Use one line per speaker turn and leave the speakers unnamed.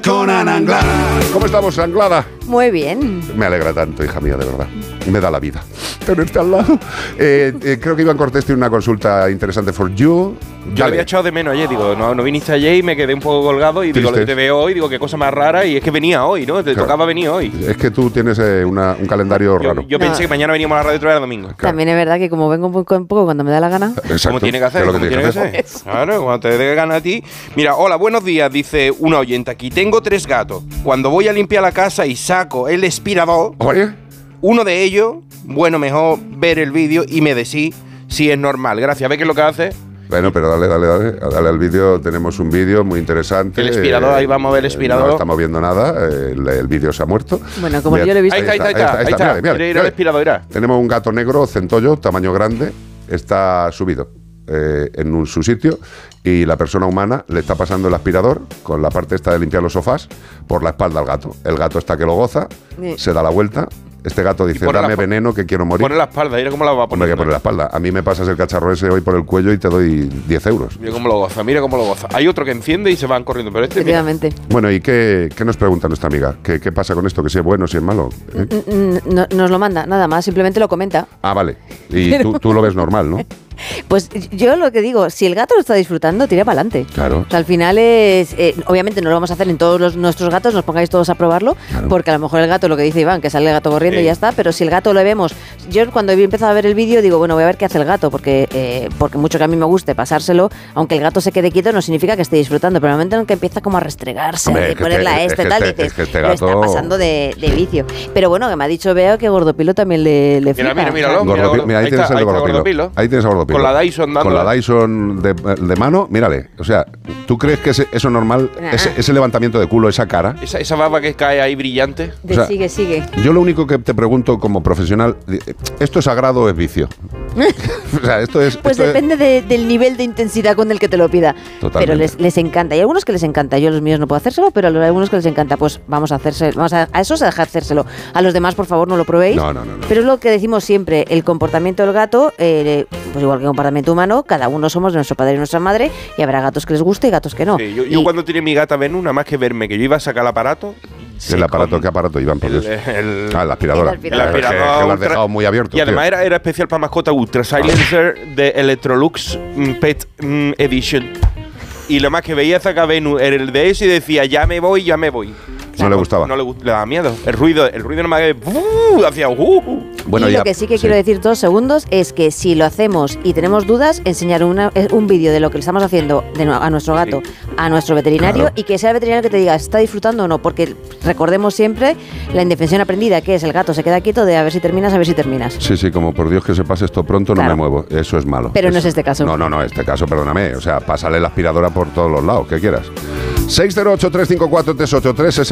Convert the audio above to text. con Ananglar.
¿Cómo estamos, Anglada?
Muy bien.
Me alegra tanto, hija mía, de verdad. Me da la vida tenerte al lado. Eh, eh, creo que Iván Cortés tiene una consulta interesante for you.
Yo le había echado de menos ayer, digo, no, no viniste ayer y me quedé un poco colgado y digo,
Tristes.
te veo hoy, digo, qué cosa más rara y es que venía hoy, ¿no? Te
Claro.
tocaba venir hoy.
Es que tú tienes eh, una- un calendario
Yo,
raro.
yo
No.
pensé que mañana veníamos a la radio otra vez el domingo.
También es verdad que como vengo un poco, un poco cuando me da la gana.
Exacto,
Como tiene que
es
hacer,
lo
como
tienes
tiene que ser. Claro, cuando te dé gana a ti. Mira, hola, buenos días, dice una oyente aquí. Tengo tres gatos. Cuando voy a limpiar la casa y saco el aspirador,
Oye,
uno de ellos, bueno, mejor ver el vídeo y me decís si es normal. Gracias, ¿ves qué es lo que hace?
Bueno, pero dale, dale, dale, dale al vídeo. Tenemos un vídeo muy interesante. Eh,
El expirador, ahí vamos a ver el expirador.
No estamos viendo nada, eh, el, el vídeo se ha muerto.
Bueno, como yo lo he visto-
Ahí está, ahí está, ahí está. Ahí está.
Mírale, mírale,
Quiere ir al
mírale.
aspirador, irá.
Tenemos un gato negro, centollo, tamaño grande, está subido eh, en un- su sitio y la persona humana le está pasando el aspirador con la parte esta de limpiar los sofás por la espalda al gato. El gato está que lo goza,
Sí.
se da la vuelta. Este gato dice,
pone la
dame
fa-
veneno que quiero morir.
Pone la espalda, mira cómo la va a
Hombre,
poner.
que pone la espalda. A mí me pasas el cacharro ese hoy por el cuello y te doy 10 euros.
Mira cómo lo goza, mira cómo lo goza. Hay otro que enciende y se van corriendo, pero este mira,
Efectivamente.
Bueno, ¿y qué, qué nos pregunta nuestra amiga? ¿Qué, qué pasa con esto? ¿Que si es bueno, si es malo? ¿Eh?
Mm, mm, no- nos lo manda, nada más, simplemente lo comenta.
Ah, vale. Y tú, tú lo ves normal, ¿no?
Pues yo lo que digo, si el gato lo está disfrutando, tira para adelante.
Claro.
O sea, al final es. eh, obviamente no lo vamos a hacer en todos los- nuestros gatos, nos pongáis todos a probarlo,
Claro.
porque a lo mejor el gato, lo que dice Iván, que sale el gato corriendo
Sí.
y ya está, pero si el gato lo vemos. Yo cuando he empezado a ver el vídeo digo, bueno, voy a ver qué hace el gato, porque, eh, porque mucho que a mí me guste pasárselo, aunque el gato se quede quieto, no significa que esté disfrutando, pero en el momento en que empieza como a restregarse,
Hombre,
a
es que
poner la
este- es
este,
que
tal,
este-
dices,
es que este
lo está
gato-
pasando de, de vicio. Pero bueno, que me ha dicho Veo que Gordopilo también le, le
Mira,
flipa.
mira, míralo.
O sea,
Gordopi-
gordo-
mira, ahí,
ahí
tienes
está,
el
ahí está
gordopilo.
gordopilo.
Ahí tienes a gordopilo.
Con la Dyson dándole.
Con la Dyson de, de mano, mírale. O sea, ¿tú crees que ese- eso es normal?
Nah.
Ese, ese levantamiento de culo, esa cara.
esa, esa baba que cae ahí brillante.
de
o sea,
sigue, sigue.
Yo lo único que te pregunto como profesional, di- eh, ¿esto es sagrado o es vicio? o sea, esto es...
Pues
esto es-
depende de- del nivel de intensidad con el que te lo pida.
Totalmente.
Pero les, les encanta. Hay algunos que les encanta. Yo a los míos no puedo hacérselo, pero a los- a algunos que les encanta, pues vamos a hacerse, vamos a, a esos a dejar hacérselo. A los demás, por favor, no lo probéis.
No, no, no, no.
Pero es lo que decimos siempre, el comportamiento del gato, eh, pues igual que el comportamiento humano, cada uno somos de nuestro padre y nuestra madre, y habrá gatos que les guste y gatos que no.
Sí, yo, yo
Y-
cuando tenía mi gata Venus, nada más que verme que yo iba a sacar el aparato. se
¿El aparato?
con-
¿Qué aparato, Iván? Por
El,
Dios?
el-
ah, la aspiradora.
El aspirador.
el
Es que- es que
aspirador
lo has
ultra-
dejado muy abierto.
Y además
tío.
era, era especial para mascota Ultra Silencer de Electrolux mm, Pet mm, Edition. Y lo más que veía sacar Venus era el de eso y decía, ya me voy, ya me voy.
No le gustaba.
No le, gust- le daba miedo. El ruido, el ruido nomás que ¡buh! hacía ¡uh!
Bueno,
y
ya-
lo que sí que quiero decir dos segundos es que si lo hacemos y tenemos dudas, enseñar una- eh, un vídeo de lo que le estamos haciendo de nu- a nuestro gato, a nuestro veterinario
Claro.
y que sea el veterinario que te diga si está disfrutando o no, porque recordemos siempre la indefensión aprendida, que es el gato se queda quieto de a ver si terminas, a ver si terminas.
Sí, sí, como por Dios que se pase esto pronto, no me
Claro.
muevo. Eso es malo.
Pero no
Eso-
es este caso.
No, no, no, este caso, perdóname. O sea, pásale la aspiradora por todos los lados, que quieras. 608-354-383 es el